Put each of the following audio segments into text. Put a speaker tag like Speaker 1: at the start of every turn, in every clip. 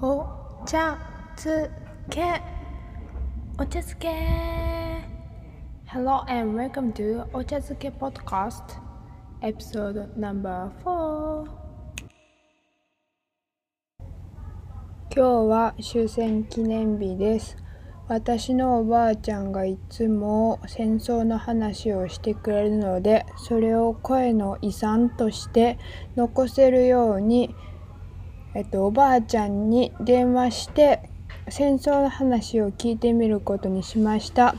Speaker 1: お茶漬けお茶漬け Hello and welcome to お茶漬け podcast episode number 4今日は終戦記念日です私のおばあちゃんがいつも戦争の話をしてくれるのでそれを声の遺産として残せるようにえっと、おばあちゃんに電話して戦争の話を聞いてみることにしました。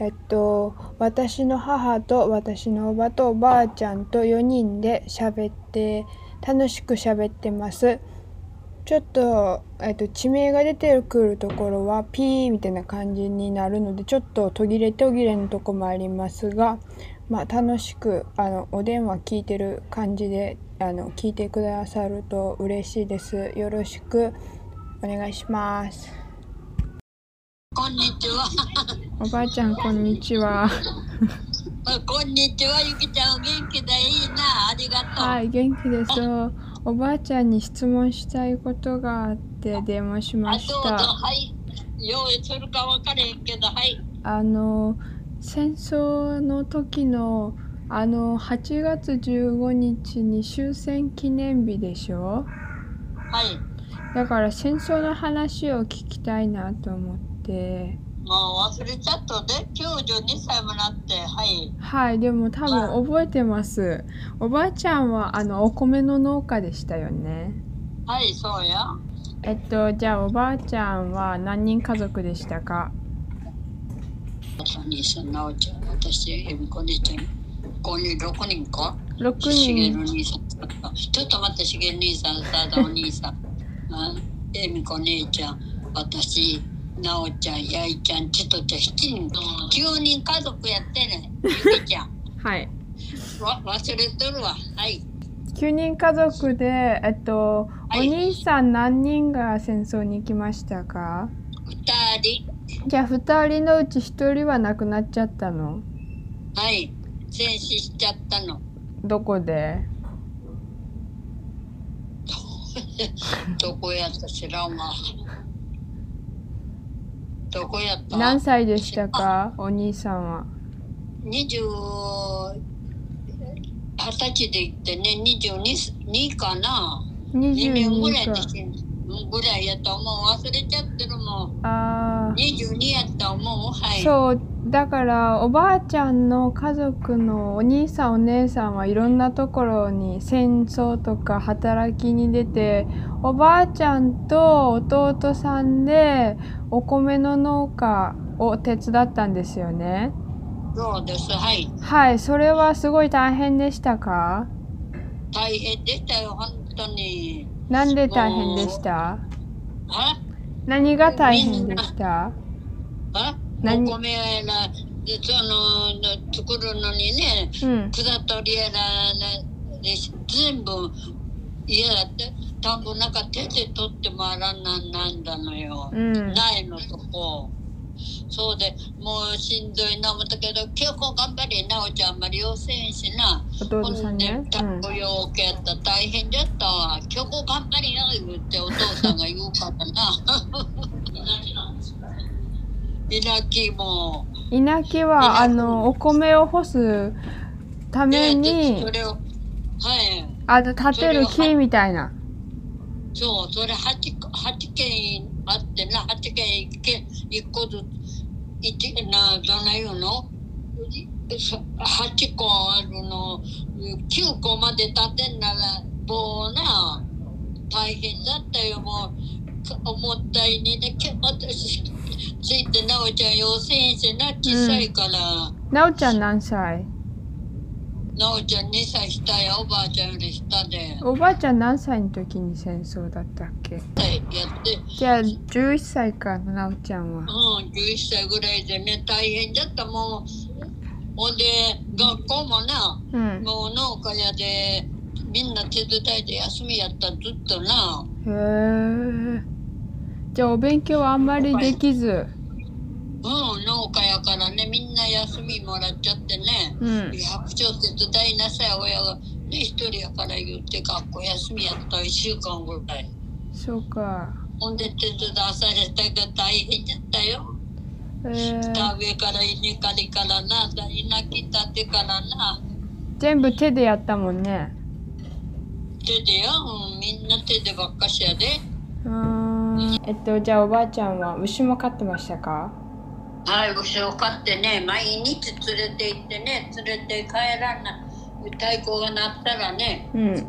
Speaker 1: えっと、私の母と私のおばとおばあちゃんと4人で喋って楽しく喋ってます。ちょっと、えっと、地名が出てくるところはピーみたいな感じになるのでちょっと途切れ途切れのとこもありますが、まあ、楽しくあのお電話聞いてる感じであの聞いてくださると嬉しいです。よろしくお願いします。
Speaker 2: こんにちは。
Speaker 1: おばあちゃんこんにちは。
Speaker 2: こんにちは、ゆきちゃん、お元気でいいな、ありがとう。
Speaker 1: はい元気です。おばあちゃんに質問したいことがあって電話し
Speaker 2: あ、
Speaker 1: まし
Speaker 2: どうぞ、
Speaker 1: た。
Speaker 2: はい。用意するか分からへんけど、はい。
Speaker 1: あの戦争の時のあの8月15日に終戦記念日でしょ
Speaker 2: はい。
Speaker 1: だから戦争の話を聞きたいなと思って
Speaker 2: もう忘れちゃったで、92歳もなって、はい。
Speaker 1: はいでも多分覚えてますおばあちゃんはあのお米の農家でしたよね
Speaker 2: はい、そうや。
Speaker 1: えっとじゃあおばあちゃんは何人家族でしたか
Speaker 2: お兄さん、なおちゃん、私、えみこ姉ちゃん。ここに6人か
Speaker 1: 6
Speaker 2: しげ
Speaker 1: 人
Speaker 2: る兄さんちょっと待って、しげる兄さん、さだお兄さん。あえみこ姉ちゃん、私、なおちゃん、やいちゃん、ちとちゃん、七人。九人家族やってね。ゆきちゃん。
Speaker 1: はい
Speaker 2: わ忘れとるわ。はい。
Speaker 1: 9人家族でえっと、
Speaker 2: はい
Speaker 1: お兄さん何人が戦争に行きましたか
Speaker 2: 二人。
Speaker 1: じゃあ2人のうち1人は亡くなっちゃったの
Speaker 2: はい。戦死しちゃったの。
Speaker 1: どこで
Speaker 2: どこやった知らんわ。どこやった
Speaker 1: 何歳でしたかお兄さんは
Speaker 2: 二十二十歳で行ってね、二十二かな。二年ぐら
Speaker 1: 22
Speaker 2: いで
Speaker 1: か
Speaker 2: 死んぐらいやと思う。忘れちゃってるもん。
Speaker 1: あ
Speaker 2: 二十二やった思う。は
Speaker 1: あ
Speaker 2: い。
Speaker 1: そうだからおばあちゃんの家族のお兄さんお姉さんはいろんなところに戦争とか働きに出ておばあちゃんと弟さんでお米の農家を手伝ったんですよね
Speaker 2: そうです。はい。
Speaker 1: はいそれはすごい大変でしたか
Speaker 2: 大変でしたよ。本当に。
Speaker 1: なんで大変でした
Speaker 2: あ
Speaker 1: 何が大変でした
Speaker 2: あお
Speaker 1: 何
Speaker 2: 米やらでそのの作るのにね
Speaker 1: うん
Speaker 2: 草取りやらなで全部家だって田んぼなんか手で取ってもあらなんなんだのよ、
Speaker 1: うん
Speaker 2: 苗のとこそうでもうしんどいな思ったけど結構頑張れなおちゃんあんまり要せんしな
Speaker 1: 弟さんね
Speaker 2: 田んぼよくやったら大変だったわ結構頑張れよ言ってお父さんが言うから な稲木も
Speaker 1: 稲木は
Speaker 2: 稲
Speaker 1: あ
Speaker 2: 木
Speaker 1: のお米を干すため
Speaker 2: で
Speaker 1: に
Speaker 2: それをはい
Speaker 1: あの立てる
Speaker 2: それ
Speaker 1: 木
Speaker 2: を
Speaker 1: みたいな
Speaker 2: そうそれ 8, 八件あってな8件1件一個ずつ一などないいうのそ8個あるの9個まで立てんならもうな大変だったよもうか思ったいにねけ私ついてなおちゃん養成してな小さいから。
Speaker 1: なおちゃん何歳
Speaker 2: なおちゃん2歳下やおばあちゃんより下で
Speaker 1: おばあちゃん何歳の時に戦争だったっけ
Speaker 2: やって、う
Speaker 1: じゃあ11歳かなおちゃんは
Speaker 2: ん、11歳ぐらいでね大変だったもうほんで学校もな
Speaker 1: うん
Speaker 2: もう農家やでみんな手伝いで休みやったずっとな
Speaker 1: へえじゃあお勉強はあんまりできず
Speaker 2: うん農長岡やからね、みんな休みもらっちゃってね。
Speaker 1: うん
Speaker 2: 白鳥手伝いなさい、親が。ね、一人やから言って学校休みやった1週間ぐらい。
Speaker 1: そうか
Speaker 2: ほんで手伝わされたが大変だったよ。
Speaker 1: え
Speaker 2: 田
Speaker 1: ー、
Speaker 2: 植えから稲刈りからな、稲切ったてからな。
Speaker 1: 全部手でやったもんね
Speaker 2: 手でよ、うん、みんな手でばっかしやで。
Speaker 1: うーんえっとじゃあおばあちゃんは牛も飼ってましたか
Speaker 2: はい、牛を飼ってね、毎日連れて行ってね、連れて帰らない。太鼓が鳴ったらね、
Speaker 1: うん
Speaker 2: 1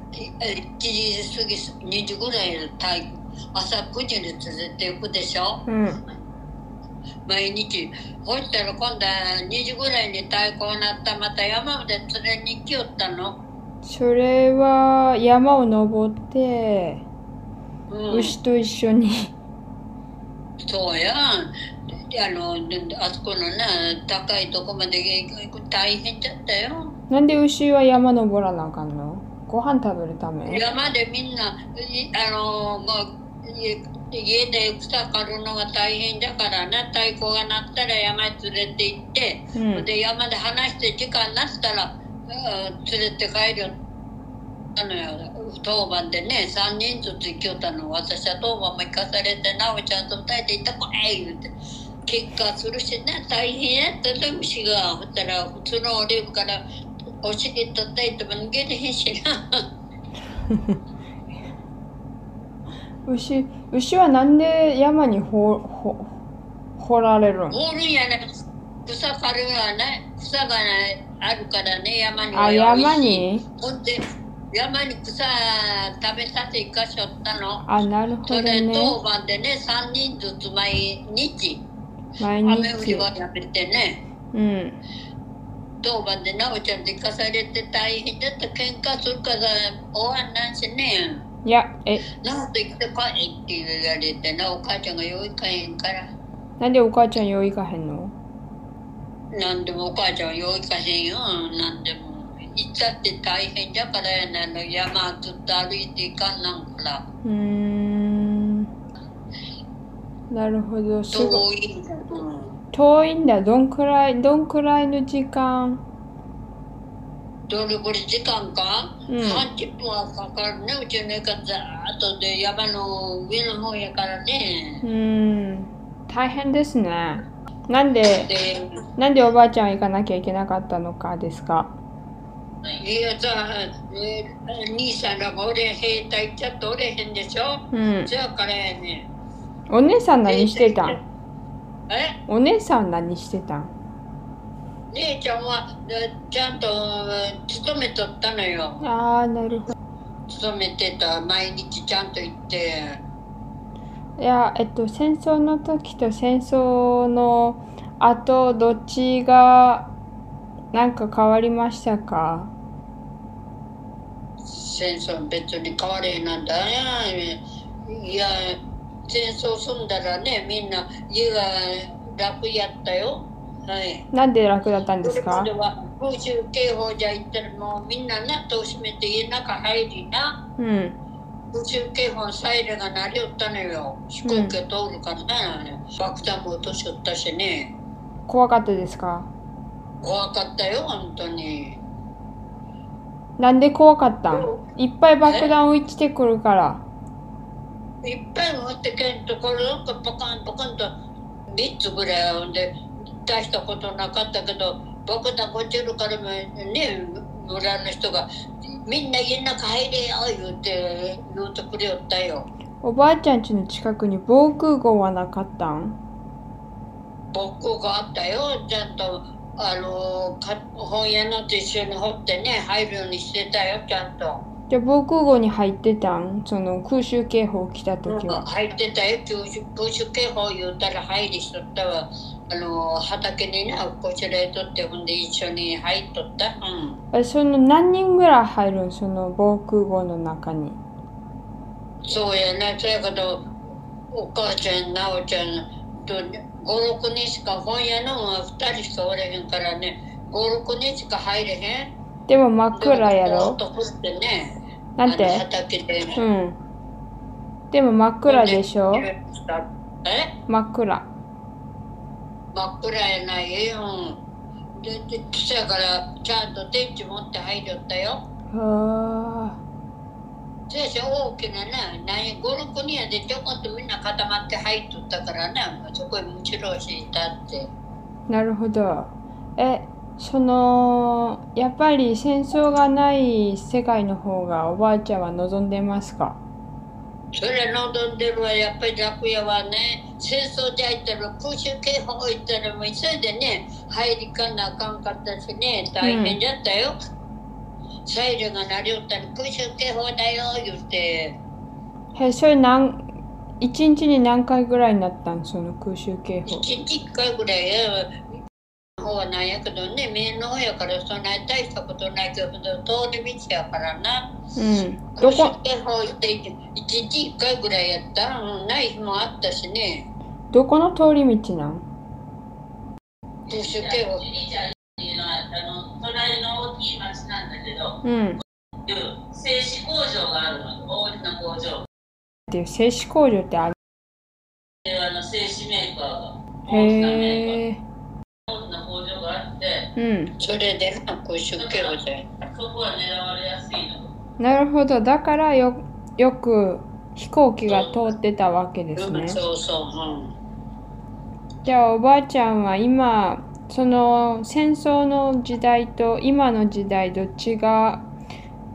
Speaker 2: 時過ぎ、2時ぐらいの太鼓、朝9時に連れて行くでしょ。
Speaker 1: うん
Speaker 2: 毎日。ほしたら今度は2時ぐらいに太鼓が鳴ったらまた山まで連れに来よったの。
Speaker 1: それは山を登って
Speaker 2: うん、
Speaker 1: 牛と一緒に
Speaker 2: そうや。であの、であそこのね、高いとこまで行く大変だったよ。
Speaker 1: なんで牛は山登らなあかんのご飯食べるため
Speaker 2: 山でみんないあのまあい家で草刈るのが大変だからな太鼓が鳴ったら山へ連れて行って、
Speaker 1: うん
Speaker 2: で山で話して時間になったら、うん連れて帰るよあのよ当番でね3人ずつ行きよったの私は当番も行かされてなおちゃんと二人で行ったこい言うて結果するしね大変やったで虫がほったら普通のオリーブからお尻叩いても抜けれへんしな。
Speaker 1: 牛牛はなんで山にほほ掘られるん
Speaker 2: おるんやね草刈るはね草がねあるからね山に
Speaker 1: あ山に
Speaker 2: ほんで山に草食べさせいかしょったの
Speaker 1: あなるほ
Speaker 2: そ
Speaker 1: ど
Speaker 2: れ
Speaker 1: ね
Speaker 2: 当番でね3人ずつ毎日
Speaker 1: 毎
Speaker 2: 雨降り
Speaker 1: 日
Speaker 2: はやめてね
Speaker 1: うん
Speaker 2: 当番でなおちゃんで行かされて大変だった喧嘩するから終わんなんしね
Speaker 1: いやえ
Speaker 2: なおと行ってこいって言われてなお母ちゃんがよいかへんから
Speaker 1: なんでお母ちゃんよう行かへんの
Speaker 2: なんでもお母ちゃんは用意かへんよ、なんでも。行ったって大変だからやなの、山ずっと歩いていかんなんから、
Speaker 1: うーんなるほどすごい
Speaker 2: 遠いんだ。うん
Speaker 1: 遠いんだどんくらいどんくらいの時間
Speaker 2: どれぐらい時間か、
Speaker 1: うん
Speaker 2: 30分はかかるね、うちの家からざーっとで山の上の方やから
Speaker 1: う
Speaker 2: ね。
Speaker 1: ーん大変ですねなんで
Speaker 2: で、
Speaker 1: なんでおばあちゃんは行かなきゃいけなかったのかですか
Speaker 2: いやさ、えー兄さんらが俺兵隊行っちゃっておれへんでしょ。
Speaker 1: うん
Speaker 2: じゃあからやね。
Speaker 1: お姉さん何してたん
Speaker 2: え
Speaker 1: お姉さん何してたん
Speaker 2: 姉ちゃんはえちゃんとえ勤めとったのよ
Speaker 1: ああなるほど
Speaker 2: 勤めてた毎日ちゃんと行って
Speaker 1: いやえっと戦争の時と戦争のあとどっちがなんか変わりましたか
Speaker 2: 戦争別に変われへんなんだねいや戦争済んだらねみんな家が楽やったよはい
Speaker 1: なんで楽だったんで
Speaker 2: そ
Speaker 1: す
Speaker 2: れま
Speaker 1: か
Speaker 2: では空襲警報じゃ言ったらもうみんなな戸を閉めて家の中入りな
Speaker 1: うん
Speaker 2: 空襲警報のサイレンが鳴りよったのよ飛行機が通るからね、爆弾も落としよったしね
Speaker 1: 怖かったですか
Speaker 2: 怖かったよ本当に
Speaker 1: なんで怖かったんいっぱい爆弾落ちてくるから
Speaker 2: いっぱい持ってけんとこれなんかポカンポカンと3つぐらいほんで大したことなかったけど爆弾落ちるからね村の人が「みんな家の中入れよ」言うて言うてくれよったよ
Speaker 1: おばあちゃん家の近くに防空壕はなかったん
Speaker 2: 僕があったよちゃんとあのか本屋のと一緒に掘ってね入るようにしてたよちゃんと。
Speaker 1: じゃあ防空壕に入ってたんその空襲警報来た時は
Speaker 2: 入ってたよ、空襲空襲警報言うたら入りしとったわ。あの畑にな、こちらへとって、ほんで一緒に入っとった。うん。
Speaker 1: えその何人ぐらい入るんその防空壕の中に
Speaker 2: そうやな、そやけど、お母ちゃん、なおちゃんと5、6人しか、本屋のは2人しかおれへんからね、5、6人しか入れへん。
Speaker 1: でも真っ暗やろ
Speaker 2: でもこうとこってね、
Speaker 1: なん
Speaker 2: あの
Speaker 1: て
Speaker 2: 畑で。
Speaker 1: うんでも真っ暗でしょ
Speaker 2: え
Speaker 1: 真っ暗
Speaker 2: 真っ暗やないえうんででそやからちゃんと電池持って入りよったよ
Speaker 1: あ
Speaker 2: そやし大きなな何56人やでちょこっとみんな固まって入っとったからなもうそこへむしろしいたって
Speaker 1: ーなるほどえそのやっぱり戦争がない世界の方がおばあちゃんは望んでますか
Speaker 2: それ望んでるわやっぱり楽屋はね戦争で入ったら空襲警報行ったらもう急いでね入りかなあかんかったしね大変じゃったよ、サイレンが鳴りよったら空襲警報だよ言って
Speaker 1: えそれ何一日に何回ぐらいになったんその空襲警報
Speaker 2: 一日一回ぐらいや方はなんやけどね目の方やからそんなに大したことないけど通り道やからな
Speaker 1: うんど
Speaker 2: 空襲
Speaker 1: こ
Speaker 2: 警報行って一日一回ぐらいやった、うん、ない日もあったしね
Speaker 1: どこの通り道なん
Speaker 2: 空襲警報
Speaker 3: おじいちゃんっていうのはあの隣の大きい町なんだけど
Speaker 1: うんっ
Speaker 3: 製紙工場があるの大きな工場
Speaker 1: ていう製紙工場ってある
Speaker 3: であの製紙メーカーが大きなメー
Speaker 1: へえ
Speaker 3: カー大きな工場があって
Speaker 1: うん
Speaker 2: それでな空襲警報だよ
Speaker 3: そこは狙われやすいの
Speaker 1: なるほどだからよよく飛行機が通ってたわけですね
Speaker 2: うん、そうそう、
Speaker 1: じゃあおばあちゃんは今その戦争の時代と今の時代どっちが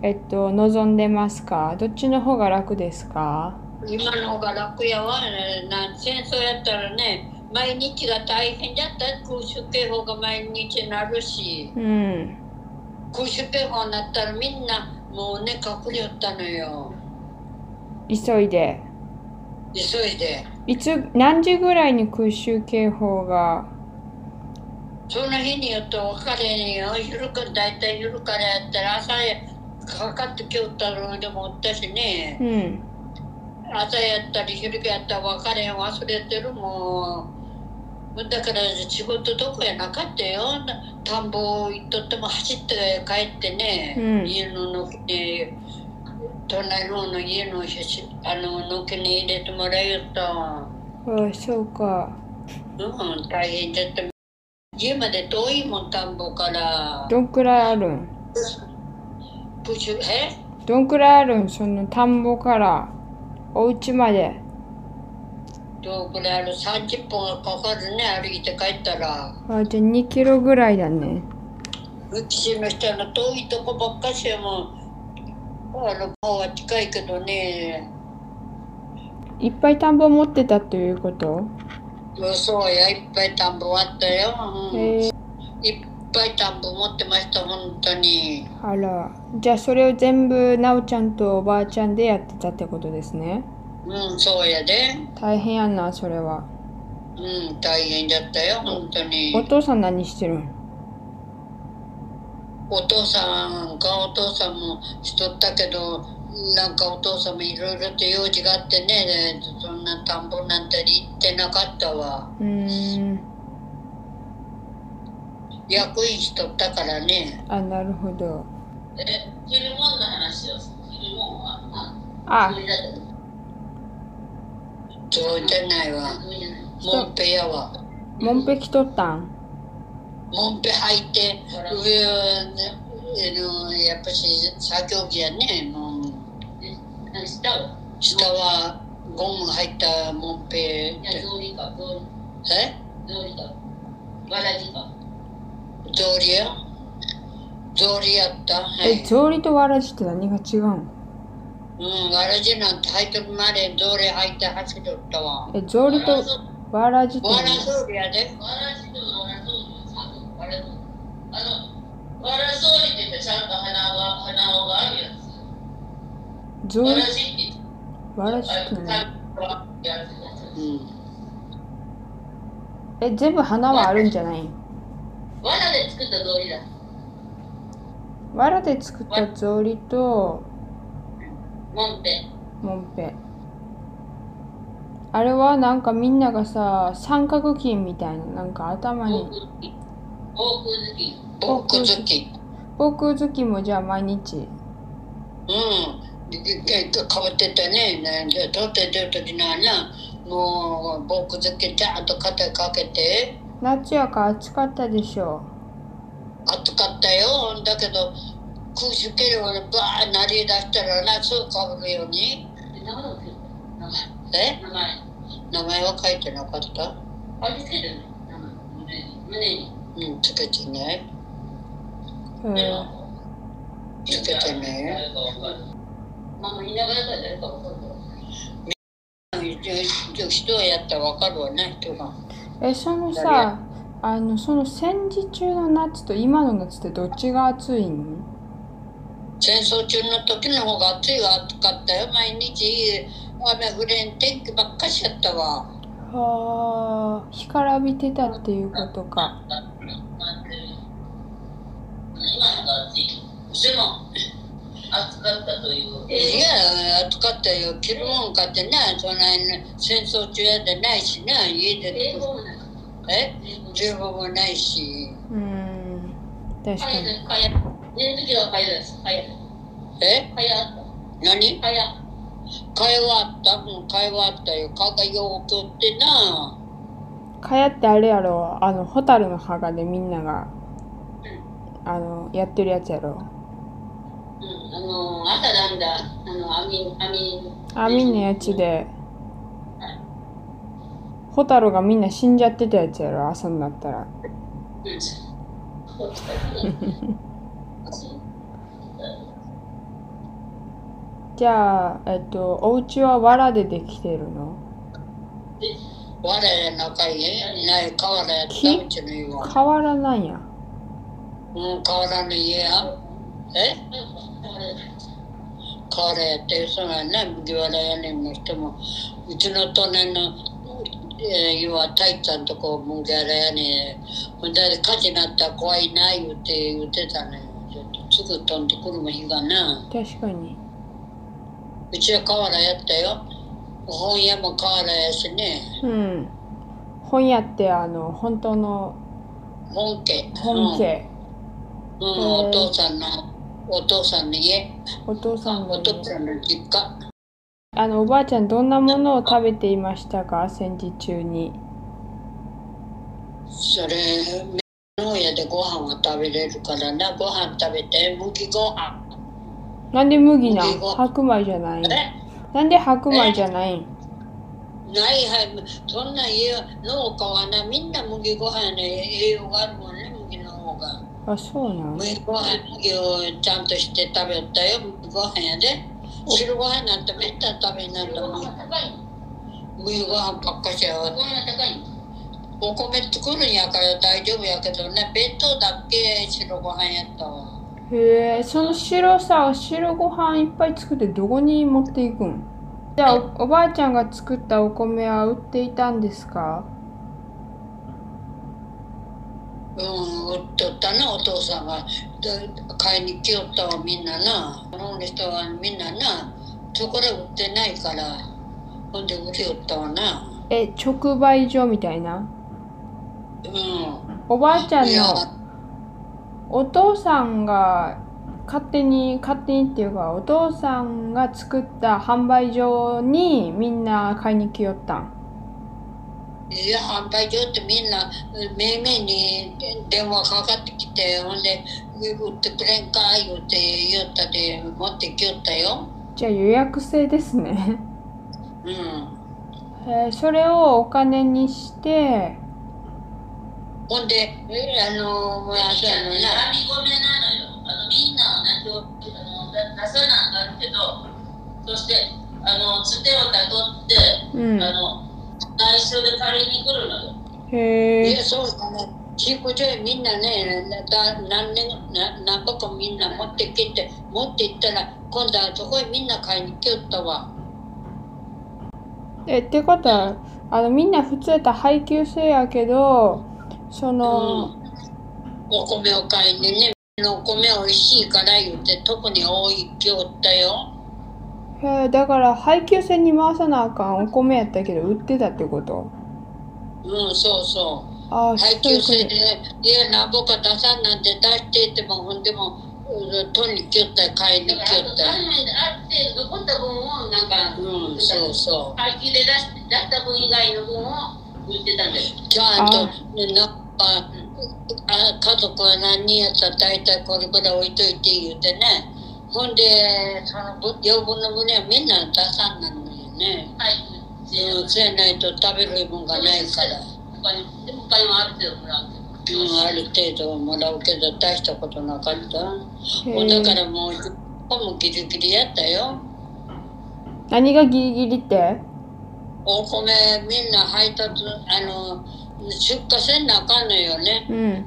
Speaker 1: えっと望んでますかどっちの方が楽ですか
Speaker 2: うん、今の方が楽やわえーな戦争やったらね毎日が大変だった空襲警報が毎日なるし
Speaker 1: うん
Speaker 2: 空襲警報になったらみんなもうね隠れよったのよ
Speaker 1: 急いで
Speaker 2: 急いで
Speaker 1: いつ何時ぐらいに空襲警報が
Speaker 2: その日によって分かれへんよ昼から大体昼からやったら朝へかかってきよったのでもおったしね
Speaker 1: うん
Speaker 2: 朝やったり昼やったら分かれへん忘れてるもんだから仕事どこやなかったよ田んぼ行っとっても走って帰ってね、
Speaker 1: うん
Speaker 2: 家の軒に隣の方の家のひしあの軒に入れてもらいよった
Speaker 1: あそうか
Speaker 2: うん大変だった家まで遠いもん田んぼから
Speaker 1: どんくらいあるん
Speaker 2: プシュえ
Speaker 1: どんくらいあるんその田んぼからお家まで
Speaker 2: どうくらいある30分はかかるね歩いて帰ったら。
Speaker 1: あじゃあ2キロぐらいだね
Speaker 2: うちの人の遠いとこばっかしやもんあの方は近いけどね
Speaker 1: いっぱい田んぼ持ってたということ
Speaker 2: そうやいっぱい田んぼあったよ、うん
Speaker 1: へえ
Speaker 2: いっぱい田んぼ持ってました本当に
Speaker 1: あらじゃあそれを全部なおちゃんとおばあちゃんでやってたってことですね
Speaker 2: うんそうやで
Speaker 1: 大変やなそれは
Speaker 2: うん大変だったよ本当
Speaker 1: お
Speaker 2: に
Speaker 1: 父さん何してるん
Speaker 2: お父さんかお父さんもしとったけどなんかお父さんもいろいろと用事があってねそんな田んぼなんて行ってなかったわ
Speaker 1: うーん
Speaker 2: 役員しとったからね
Speaker 1: あなるほど
Speaker 3: え着るもんの話をする着るもんは
Speaker 1: あ
Speaker 3: 着るだけ
Speaker 2: そうじゃないわもんぺやわ
Speaker 1: もんぺきとったん
Speaker 2: もんぺ履いて上はねあのやっぱし作業着やねもう
Speaker 3: 何したわ
Speaker 2: 下はゴム入ったもんぺ
Speaker 3: いや草履か草
Speaker 2: え
Speaker 3: 履草履かわらじか
Speaker 2: 草履や草履やったは
Speaker 1: え
Speaker 2: い
Speaker 1: 草履とわらじって何が違うん
Speaker 2: うんわらじなんて履いてるまで草履履いて走りよったわ
Speaker 1: え草履とわらじって
Speaker 2: わら草履やで
Speaker 3: わらじとわらそうちゃんとわらそうあのわらそうって言ってちゃんと鼻は鼻緒があるやつ
Speaker 1: 何草
Speaker 3: わら
Speaker 1: 履
Speaker 3: じって言って
Speaker 1: わらじ
Speaker 3: あ
Speaker 1: って
Speaker 3: のちゃ
Speaker 1: 何
Speaker 3: んとあるやつ
Speaker 2: うん
Speaker 1: え全部花はあるんじゃない
Speaker 3: わらで作った通りだ
Speaker 1: わらで作った草履と
Speaker 3: もんぺ
Speaker 1: もんぺあれはなんかみんながさ三角巾みたいななんか頭
Speaker 3: 防
Speaker 1: に
Speaker 3: 空好き防空好き
Speaker 2: 僕好き
Speaker 1: 防空好きもじゃあ毎日
Speaker 2: うん、ででで変わってたね。なんで取って出る時なんやな、もう僕付けちゃんと肩かけて、
Speaker 1: 夏やから暑かったでしょ
Speaker 2: 暑かったよだけど空襲警報でバーッ鳴り出したらなすぐかぶるように
Speaker 3: 名前をつけて名前
Speaker 2: え
Speaker 3: 名前
Speaker 2: 名前は書いてなかった
Speaker 3: あつけてね名前胸に胸に
Speaker 2: うんつけてね
Speaker 1: う。うん、
Speaker 2: つけてね
Speaker 3: ママいながらだったら誰かわかるから
Speaker 2: 人をやったらわかるわね人が
Speaker 1: え、そのさ、あの、その戦時中の夏と今の夏ってどっちが暑いん
Speaker 2: 戦争中の時の方が暑いわ暑かったよ毎日雨降れん天気ばっかしやったわ
Speaker 1: はあ、干からびてたっていうことか。
Speaker 3: 今のが暑いでも暑かったという
Speaker 2: いや暑かったよ着るもん買ってねそないね戦争中やでないしな家で
Speaker 3: 英語もない
Speaker 2: え
Speaker 3: 英語
Speaker 2: 厨房も
Speaker 3: もない
Speaker 2: ないし
Speaker 1: うん、確かに。
Speaker 3: 海外海外寝る時は海外です海外
Speaker 2: え
Speaker 3: 海外あっ
Speaker 2: 何
Speaker 3: た海外
Speaker 2: 会話あったもん会話あったよ蚊がよくおってな
Speaker 1: かやってあれやろ、あの、ホタルの墓でみんなが、あの、やってるやつやろ。
Speaker 3: うんあの朝なんだあの網網
Speaker 1: 網のやつで、ホタルがみんな死んじゃってたやつやろ、朝になったら。
Speaker 3: うんこっちから
Speaker 1: じゃあ、えっと、お家は藁でできてるの
Speaker 2: 我ら仲いいない河原やった
Speaker 1: 木
Speaker 2: うちの家は
Speaker 1: 瓦なんや。
Speaker 2: うん河原の家やえ河原やってそがね麦わら屋根の人もうちの隣の、えー、岩太一さんとこ麦わら屋根ほんで火事になったら怖いな言うて言うてたのよすぐ飛んでくるもん火がな
Speaker 1: 確かに。
Speaker 2: うちは河原やったよ本屋も河原やしね
Speaker 1: うん。本屋って、あの、本当の
Speaker 2: 本家
Speaker 1: 本家。
Speaker 2: うん、うん
Speaker 1: へー
Speaker 2: お父さんのお父さんの家
Speaker 1: お父さんの
Speaker 2: お
Speaker 1: 家、
Speaker 2: 父さんの実家
Speaker 1: あの、おばあちゃん、どんなものを食べていましたか戦時中に。
Speaker 2: それ農家でご飯は食べれるからなご飯食べて麦ご飯
Speaker 1: なんで麦なん
Speaker 2: 麦が
Speaker 1: 白米じゃないん
Speaker 2: え
Speaker 1: なんで白米じゃないん
Speaker 2: ないはい、そんな家農家はな、みんな麦ご飯に栄養があるもんね、麦の方が。
Speaker 1: あ、そうなん
Speaker 2: 麦ご飯、麦をちゃんとして食べたよ、麦ご飯やで。汁ご飯なんてめったに食べにな
Speaker 3: ご飯
Speaker 2: った
Speaker 3: 高い
Speaker 2: 麦ご飯ばっかしや
Speaker 3: ご
Speaker 2: わ。
Speaker 3: 飯高い
Speaker 2: お米作るんやから大丈夫やけどね、弁当だけ白ご飯やったわ。
Speaker 1: へえ、その白さ、白ご飯いっぱい作ってどこに持っていくんじゃあお、おばあちゃんが作ったお米は売っていたんですか
Speaker 2: うん、売っとったな、お父さんが。で買いに来よったわ、みんなな。日本の人はみんなな、そこで売ってないから、ほんで売りよったわな。
Speaker 1: え、直売所みたいな。
Speaker 2: うん。
Speaker 1: おばあちゃん
Speaker 2: いや
Speaker 1: のお父さんが勝手に、勝手にっていうか、お父さんが作った販売所にみんな買いに来よったん。
Speaker 2: いや、販売所ってみんな、めいめいに電話かかってきて、ほんで、売ってくれんか言うて言おったで、持ってきよったよ。
Speaker 1: じゃあ予約制ですね。
Speaker 2: うん。
Speaker 1: えーそれをお金にして、
Speaker 2: ほんで、えあの、もうあそうやのな、
Speaker 3: 編み込めなのよあのみんな同じあのだ出さなんだけどそしてあのつてをたどって、
Speaker 1: うん。
Speaker 3: あの内緒で借りに来るのよ
Speaker 1: へ
Speaker 2: い
Speaker 1: え
Speaker 2: や、。そうだね。飼育所へみんなね、だ何年な何個かみんな持ってきて、持って行ったら、今度はそこへみんな買いに来よったわ。
Speaker 1: えってことはあのみんな普通やったら配給制やけどその、
Speaker 2: お米を買いにね、お米美味しいから言って、特に多いきよったよ。
Speaker 1: へえだから配給制に回さなあかんお米やったけど売ってたってこと
Speaker 2: うん、そうそう。
Speaker 1: ああ
Speaker 2: 配
Speaker 1: そうい
Speaker 2: 給
Speaker 1: うこ
Speaker 2: 制で、いや、なんぼか出さんなんて出していても、ほんでも、うん取りに来よったよ、買いに来
Speaker 3: だ
Speaker 2: よ
Speaker 3: からあ
Speaker 2: っ
Speaker 3: と
Speaker 2: たよ。
Speaker 3: 海外であって残った分をなんか、
Speaker 2: うん、そうそう。
Speaker 3: 配給で出して出した分以外の分を言ってたんだよ。
Speaker 2: ちゃんと
Speaker 1: あ、
Speaker 2: ねなんか、あ家族は何人やったら大体これぐらい置いといて言うてね。ほんで、そのぶ余分の胸はみんな出さんなんだよね。
Speaker 3: はい。
Speaker 2: うん、せやないと食べるもんがないから。う
Speaker 3: 他に、でも他にもある程度もらうけど。
Speaker 2: ん、ある程度はもらうけど大したことなかった。
Speaker 1: へ
Speaker 2: もうだか
Speaker 1: ー
Speaker 2: らもう、ここもギリギリやったよ。
Speaker 1: 何がギリギリって
Speaker 2: お米みんな配達、あの、出荷せんなあかんのよね。
Speaker 1: うん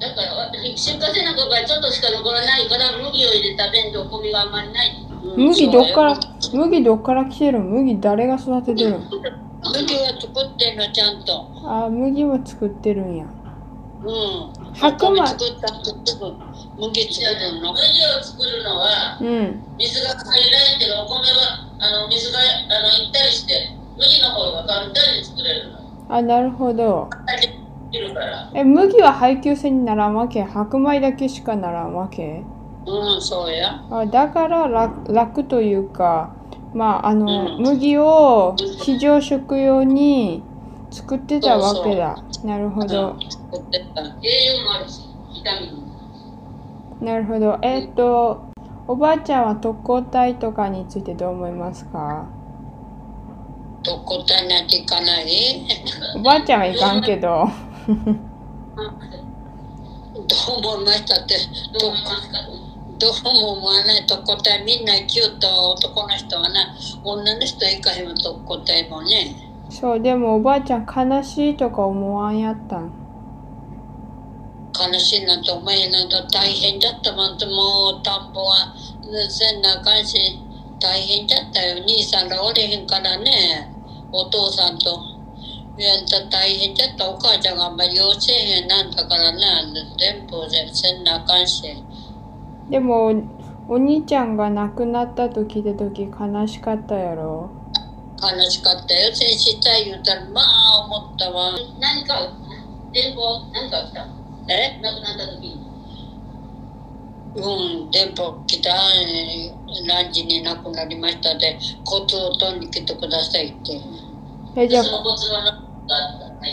Speaker 3: だから、出荷せなかがちょっとしか残らないから、麦を入れた弁当、お米があんまりない。
Speaker 2: うん
Speaker 1: 麦どっか
Speaker 2: そう
Speaker 1: ら
Speaker 2: よ
Speaker 1: 麦どっから来てるん麦誰が育ててるん
Speaker 2: 麦は作ってんのちゃんと。
Speaker 1: あ麦も作ってるんや
Speaker 2: うん。
Speaker 1: 白米
Speaker 2: 米作ったらすぐ麦
Speaker 3: じゃあ
Speaker 2: 作るの。
Speaker 3: 麦を作るのは、
Speaker 1: うん
Speaker 3: 水が入らないけど、お米は、あの、水が、あの、行ったりして、麦の方が簡単に作れるの。
Speaker 1: あなるほど
Speaker 3: できるから。
Speaker 1: え麦は配給制にならんわけ白米だけしかならんわけ
Speaker 2: うん、そうや。
Speaker 1: あだから楽楽というかまああの、
Speaker 2: うん
Speaker 1: 麦を非常食用に作ってたわけだなるほど、
Speaker 2: 作ってた。
Speaker 3: 栄養もあるし、ビタミンも。
Speaker 1: なるほどえっ、とおばあちゃんは特攻隊とかについてどう思いますか
Speaker 2: と答えなんていかない。
Speaker 1: おばあちゃんはいかんけど
Speaker 2: どう思いましたって。
Speaker 3: どう思いますか
Speaker 2: どうも思わないと答えみんなキュート男の人はな女の人以外もと答えもね
Speaker 1: そうでもおばあちゃん悲しいとか思わんやったん
Speaker 2: 悲しいなんてお前なんだ大変だったもんともう田んぼはせんなあかんし大変だったよ兄さんらおれへんからねお父さんと。いやあんた大変だったお母ちゃんがあんまり養成へんなんだからな全部でせんなあかんし
Speaker 1: でもおお兄ちゃんが亡くなったと聞いた時悲しかったやろ
Speaker 2: 悲しかったよ戦死たい言うたらまあ思ったわ
Speaker 3: 何か、電報、何か来た。
Speaker 2: え
Speaker 3: 亡くなった時に。
Speaker 2: うん、電報来た、えー何時に亡くなりましたで、コツを取りに来てくださいって。
Speaker 1: えじゃあ
Speaker 3: そのコツはなかった。ない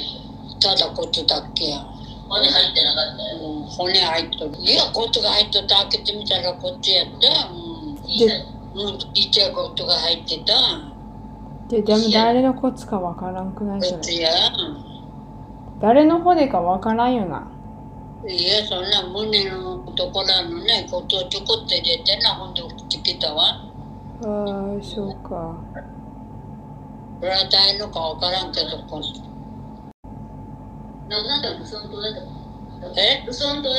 Speaker 2: ただコツだけや。う
Speaker 3: 骨入ってなかったよ。
Speaker 2: ん、骨入っとる。いや、コツが入っとった。開けてみたらこっちやった。うん、
Speaker 3: 小さい。
Speaker 2: うん、ちっちゃいコツが入ってた。
Speaker 1: ででも誰のコツかわからんくないそ
Speaker 2: こ
Speaker 1: れ
Speaker 2: っちや。
Speaker 1: 誰の骨かわからんよない
Speaker 2: や、そんな胸のところのね、コツをちょこっと入れてな、ほんで送ってきたわ。
Speaker 1: あーそうか
Speaker 2: これは誰のかわからんけど、こ
Speaker 3: ななんだ、無損島だった。
Speaker 2: え
Speaker 3: 無損島だっ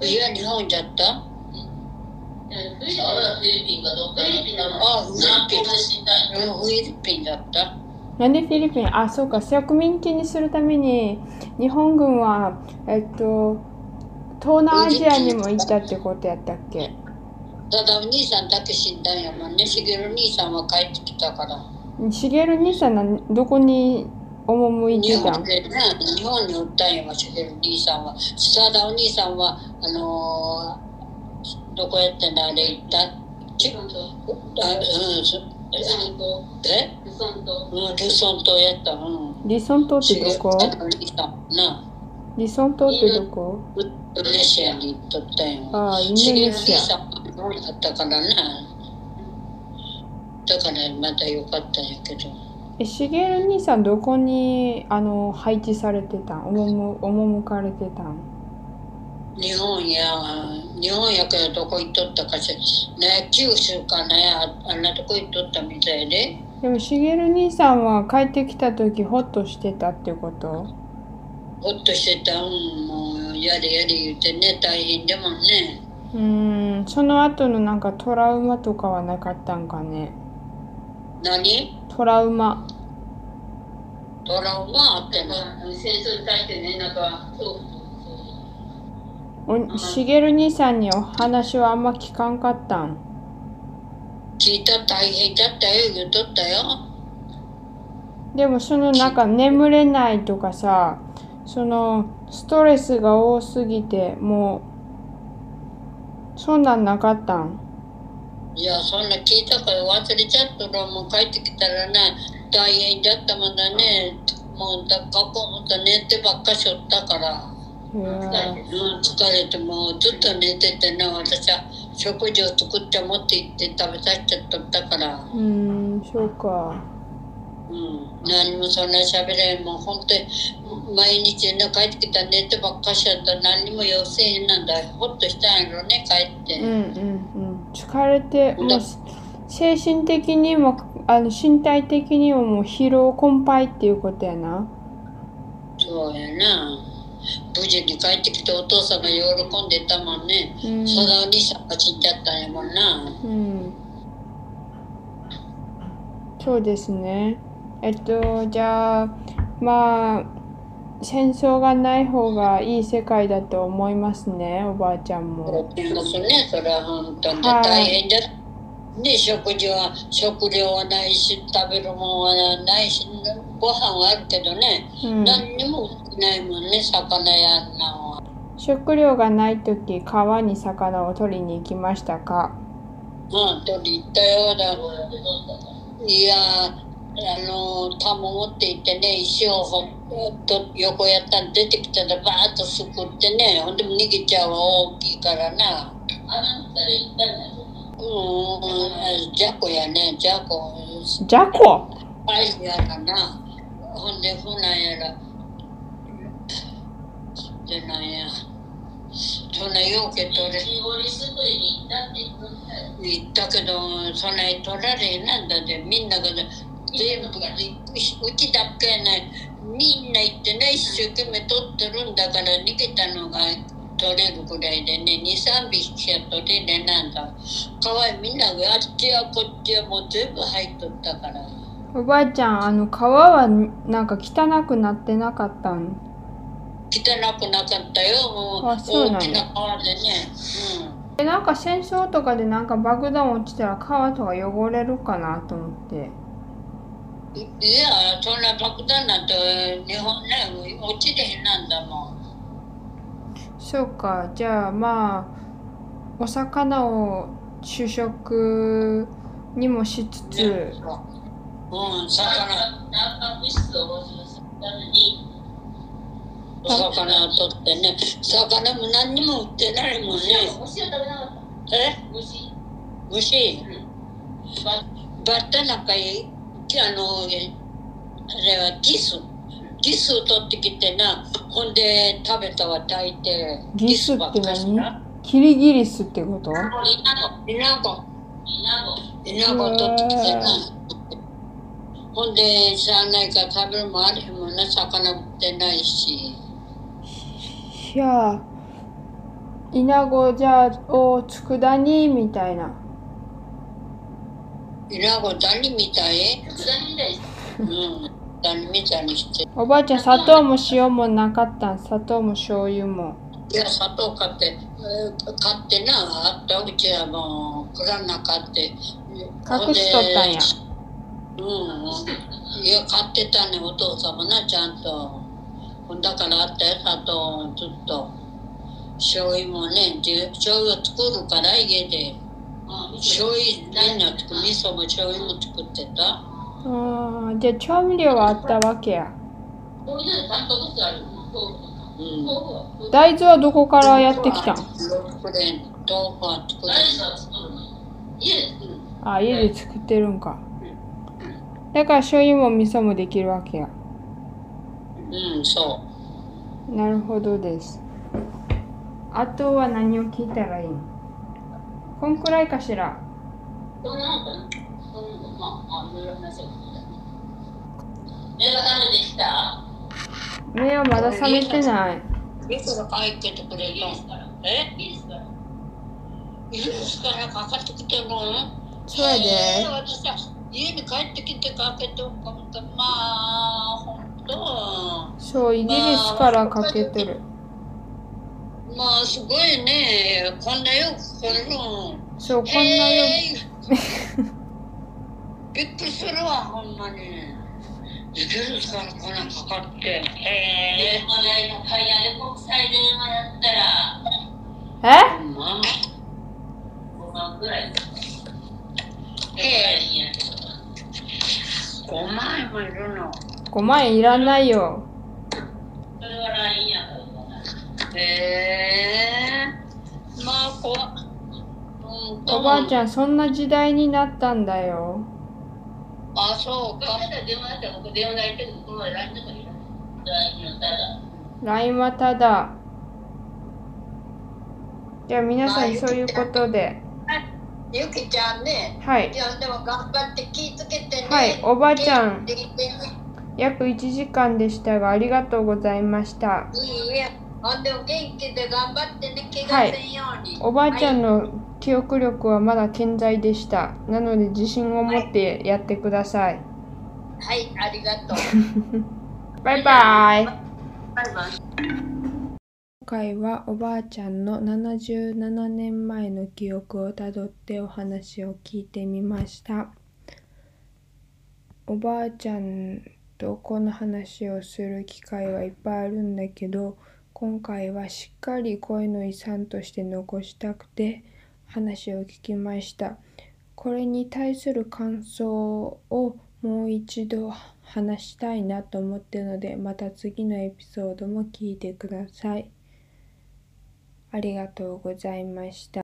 Speaker 3: た。
Speaker 2: いや、日本じゃった
Speaker 3: フィリピンはフィリピンかどうか。フィリピンだもん。
Speaker 2: あ、フィリピン。
Speaker 3: で死んだよ。
Speaker 2: うんフィリピンだった。
Speaker 1: なんでフィリピンあそうか植民地にするために日本軍はえっと東南アジアにも行ったってことやったっけ
Speaker 2: ただお兄さんだけ死んだんやもんね。しげる兄さんは帰ってきたから。
Speaker 1: 茂兄さんなんどこに赴い
Speaker 2: 日
Speaker 1: てた
Speaker 2: 本
Speaker 1: ん
Speaker 2: でね、日本におったんやもん、しげる兄さんは。ただお兄さんは、あのーどこやってんだあれ行ったちあ
Speaker 3: 無損
Speaker 2: うん、そ
Speaker 3: 島。
Speaker 2: え
Speaker 3: 無損島。
Speaker 2: うん、ルソン島やった。うん。
Speaker 1: リソン島っ
Speaker 2: してげる
Speaker 1: どこ
Speaker 2: 兄さんはな、
Speaker 1: リソン島ってどこ
Speaker 2: インドネシアに行っとったんやもん。
Speaker 1: ああイン
Speaker 2: し
Speaker 1: ド
Speaker 2: げ
Speaker 1: ネ
Speaker 2: る
Speaker 1: シ
Speaker 2: 兄さんは日本だったからな。だからまだよかったんやけど。
Speaker 1: アえ茂兄さんどこにあの配置されてたん赴赴かれてたん
Speaker 2: 日本や日本やけどどこ行っとったかしね九州かねああんなとこ行っとったみたいで
Speaker 1: でも茂兄さんは帰ってきた時ホッとしてたってこと
Speaker 2: ほっとしてたうんもうやれやれ言うてね大変でもんね
Speaker 1: うーんその後のなんかトラウマとかはなかったんかね
Speaker 2: 何
Speaker 1: トラウマ
Speaker 2: トラウマあって
Speaker 3: で
Speaker 2: な
Speaker 3: も戦争に対してね、なんか、恐怖とかそういう。
Speaker 1: おしげる兄さんにお話はあんま聞かんかったん
Speaker 2: 聞いたら大変だったよ言うとったよ
Speaker 1: でもそのなんか眠れないとかさそのストレスが多すぎてもうそんなんなかったん
Speaker 2: いやそんな聞いたから忘れちゃったらもう帰ってきたらな大変だったもんだねもうだガポンと寝てばっかしおったから、
Speaker 1: うわ
Speaker 2: うん、疲れてもうずっと寝ててな私は食事を作って持って行って食べさせてとったから、
Speaker 1: うーんそうか
Speaker 2: うん、何もそんな喋れんもう本当に毎日ね帰ってきたら寝てばっかしやったら何にも要せへんなんだほっとしたんやろね帰っ
Speaker 1: う
Speaker 2: て。
Speaker 1: んうんうん疲れてもう精神的にもあの身体的にももう疲労困憊っていうことやな
Speaker 2: そうやな。無事に帰ってきてお父さんが喜んでたもんね。
Speaker 1: うん
Speaker 2: そのお兄さんが死んじゃったんやもんな。
Speaker 1: うんそうですね。えっと、じゃあ、まあ、戦争がない方がいい世界だと思いますね、おばあちゃんも。
Speaker 2: ますね、それは本当に
Speaker 1: はい
Speaker 2: 大変だ。ね、食事は食料はないし食べるもんはないしご飯はあるけどね、
Speaker 1: うん、
Speaker 2: 何にも売ってないもんね魚やんなんは
Speaker 1: 食料がないとき、川に魚を取りに行きましたか
Speaker 2: まあ取り行ったようだいやあのタモ持って行ってね石をほっと横やったら出てきたらバーッとすくってねほんでも逃げちゃうは大きいからなうんうんじゃこやねじゃこ
Speaker 1: じゃこ
Speaker 2: アイやかなほんでほなんやらでなんやそんなようけ取れ行ったけどそんなに取られへんなんだでみんなが全部がうちだけやないみんな行ってね一生懸命取ってるんだから逃げたのが取れるぐらいでね23匹しか取れれなんだかわいいみんながあっちやこっちやもう全部入っとったから
Speaker 1: おばあちゃん、あの川はなんか汚くなってなかったん
Speaker 2: 汚くなかったよもう
Speaker 1: あそうな
Speaker 2: 大
Speaker 1: んや
Speaker 2: きな川でね
Speaker 1: えなんか戦争とかでなんか爆弾落ちたら川とか汚れるかなと思って。
Speaker 2: うんいやそんな爆弾なんて日本ね落ちれへんなんだもん
Speaker 1: そうかじゃあまあお魚を主食にもしつつ
Speaker 2: うん、魚、魚を取ってね、魚も何にも売ってないもんね。え虫バッタなんかい、あの、えあれはギス。ギスを取ってきてな、ほんで食べたは炊いて。
Speaker 1: ギス
Speaker 2: ば
Speaker 1: っ
Speaker 2: ってかし
Speaker 1: 何
Speaker 2: な
Speaker 1: キリギリスってこと
Speaker 2: イナゴ、イナゴ。イナゴ取ってきてな。ほんで、しゃあないから食べるもんあるもんね、魚売ってないし。
Speaker 1: いやあイナゴじゃあを佃煮みたいな
Speaker 2: イナゴ何みたいうん、何みたいにして。
Speaker 1: おばあちゃん砂糖も塩もなかったん砂糖も醤油も
Speaker 2: いや、砂糖買って、えー買ってな、あったうちはもう、蔵の中って。
Speaker 1: 隠しとったんや
Speaker 2: うん。いや、買ってたね、お父さんもな、ちゃんと。だからあったよ、砂糖、ずっと。醤油もね、自醤油を作るから、家で。醤油、みんな作る、味噌も醤油も作ってた。
Speaker 1: あーじゃあ調味料はあったわけや
Speaker 2: うん。
Speaker 1: 大豆はどこからやってきたん
Speaker 2: これ、豆腐は作る。
Speaker 1: あ家で作ってるんかだから醤油も味噌もできるわけや
Speaker 2: うん、そう。
Speaker 1: なるほどですあとは何を聞いたらいいのこんくらいかしら目はまだ覚めてない
Speaker 2: いくら帰っててくれるのえイギリスからかかってきてるの
Speaker 1: そうやで
Speaker 2: えー私は家に帰ってきてかけておかんとまあほんと
Speaker 1: そうイギリスからかけてる
Speaker 2: まあすごいねこんなよく来るの
Speaker 1: そうこんなよ
Speaker 2: へーびっくりするわほんまにイギリスからこんなかかってへえ
Speaker 1: え
Speaker 2: ま5万
Speaker 1: 5万円いらないよ。
Speaker 3: それは LINE やからな
Speaker 2: へえまあこわうん
Speaker 1: おばあち
Speaker 2: ゃん
Speaker 1: ゃん、そんな時代になったんだよ。
Speaker 2: あそう
Speaker 3: 昔
Speaker 2: か
Speaker 3: は電話やったら僕電話ないけど、この前 LINE とかいらない LINE のただ。
Speaker 1: LINE はただ。じゃあ皆さんそういうことで。
Speaker 2: ゆきちゃんね
Speaker 1: はい
Speaker 2: い。やでも頑張って気ぃつけてね
Speaker 1: はい、おばあちゃん、
Speaker 2: 気ぃつけてね
Speaker 1: 約1時間でしたがありがとうございました。
Speaker 2: いいやほんでも元気で頑張ってね怪我せんように、
Speaker 1: おばあちゃん
Speaker 2: の
Speaker 1: の記憶力はまだ健在でした。なので自信を持ってやってください。
Speaker 2: はい、はい、ありがと う
Speaker 1: バイバイ。
Speaker 2: バイバイ
Speaker 1: 今回はおばあちゃんの77年前の記憶をたどってお話を聞いてみましたおばあちゃんとこの話をする機会はいっぱいあるんだけど今回はしっかり声の遺産として残したくて話を聞きましたこれに対する感想をもう一度話したいなと思ってるのでまた次のエピソードも聞いてください。ありがとうございました。